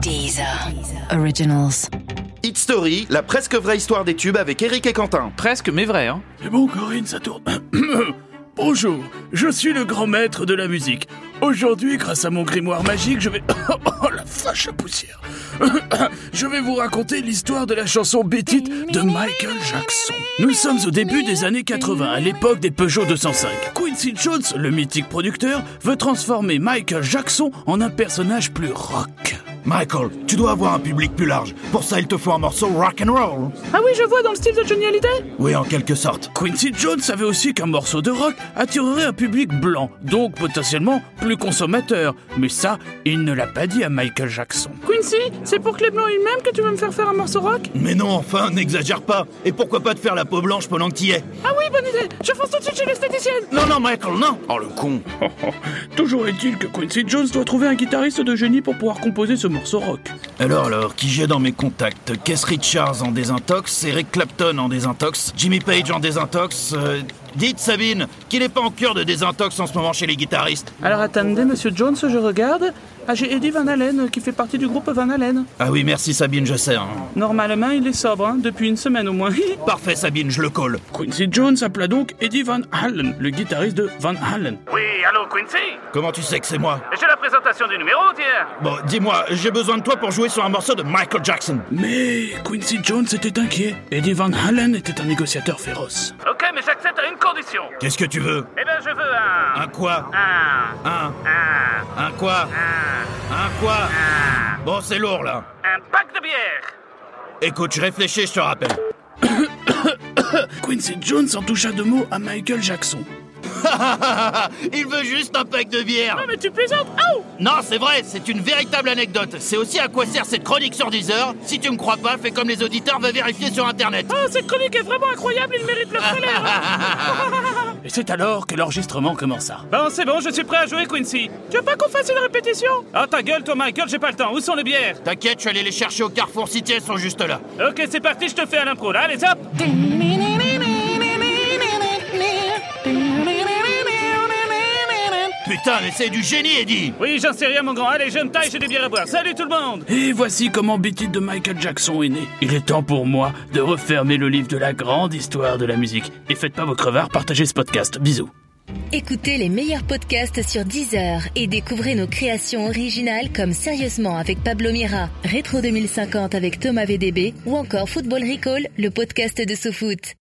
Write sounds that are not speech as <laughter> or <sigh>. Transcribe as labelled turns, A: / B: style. A: Deezer. Originals.
B: Hit Story, la presque vraie histoire des tubes avec Eric et Quentin.
C: Presque, mais vrai, hein.
D: C'est bon, Corinne, ça tourne. <coughs> Bonjour, je suis le grand maître de la musique. Aujourd'hui, grâce à mon grimoire magique, je vais. <coughs> Oh la vache à poussière <coughs> Je vais vous raconter l'histoire de la chanson Bétite de Michael Jackson. Nous sommes au début des années 80, à l'époque des Peugeot 205. Quincy Jones, le mythique producteur, veut transformer Michael Jackson en un personnage plus rock.
E: Michael, tu dois avoir un public plus large. Pour ça, il te faut un morceau rock and roll.
F: Ah oui, je vois dans le style de Johnny Hallyday
E: Oui, en quelque sorte.
D: Quincy Jones savait aussi qu'un morceau de rock attirerait un public blanc, donc potentiellement plus consommateur. Mais ça, il ne l'a pas dit à Michael Jackson.
F: Quincy, c'est pour que les blancs ils m'aiment que tu veux me faire faire un morceau rock
E: Mais non, enfin, n'exagère pas. Et pourquoi pas te faire la peau blanche pendant que t'y es
F: Ah oui, bonne idée Je fonce tout de suite chez l'esthéticienne
E: Non, non, Michael, non
B: Oh le con
D: Toujours est-il que Quincy Jones doit trouver un guitariste de génie pour pouvoir composer ce morceau rock.
E: Alors, alors, qui j'ai dans mes contacts Keith Richards en désintox, Eric Clapton en désintox, Jimmy Page en désintox. euh, dites, Sabine, qu'il n'est pas en cure de désintox en ce moment chez les guitaristes.
F: Alors attendez, monsieur Jones, je regarde. Ah, j'ai Eddie Van Halen qui fait partie du groupe Van Halen.
E: Ah oui, merci Sabine, je sais. hein.
F: Normalement, il est sobre, hein, depuis une semaine au moins. <laughs>
E: Parfait Sabine, je le colle.
D: Quincy Jones appela donc Eddie Van Halen, le guitariste de Van Halen.
G: Oui, allô Quincy
E: Comment tu sais que c'est moi
G: J'ai la présentation du numéro d'hier.
E: Bon, dis-moi, j'ai besoin de toi pour jouer sur un morceau de Michael Jackson.
D: Mais Quincy Jones était inquiet. Eddie Van Halen était un négociateur féroce.
G: Ok, mais j'accepte à une condition.
E: Qu'est-ce que tu veux
G: Eh ben, je veux un...
E: Un quoi
G: Un...
E: Un
G: Un...
E: Un quoi
G: Un...
E: Un quoi Bon, c'est lourd là.
G: Un pack de bière.
E: Écoute, je réfléchis, je te rappelle. <laughs>
D: Quincy Jones en toucha deux mots à Michael Jackson.
E: Il veut juste un pack de bière.
F: Mais tu plaisantes Oh
E: Non, c'est vrai, c'est une véritable anecdote. C'est aussi à quoi sert cette chronique sur Deezer. Si tu me crois pas, fais comme les auditeurs, va vérifier sur internet. <laughs>
F: Oh, cette chronique est vraiment incroyable, il mérite le salaire hein.
D: Et c'est alors que l'enregistrement commença.
F: <laughs> Bon, c'est bon, je suis prêt à jouer, Quincy. Tu veux pas qu'on fasse une répétition Ah, ta gueule, toi, Michael, j'ai pas le temps. Où sont les bières
E: T'inquiète, je suis allé les chercher au Carrefour City, elles sont juste là.
F: Ok, c'est parti, je te fais à l'impro, là, allez, hop
E: Putain, mais c'est du génie, Eddie
F: Oui, j'en sais rien, mon grand. Allez, je me taille, j'ai des bières à boire. Salut tout le monde
D: Et voici comment Betty de Michael Jackson est né. Il est temps pour moi de refermer le livre de la grande histoire de la musique. Et faites pas vos crevards, partagez ce podcast. Bisous.
A: Écoutez les meilleurs podcasts sur Deezer et découvrez nos créations originales comme Sérieusement avec Pablo Mira, Rétro 2050 avec Thomas VDB ou encore Football Recall, le podcast de sous-foot.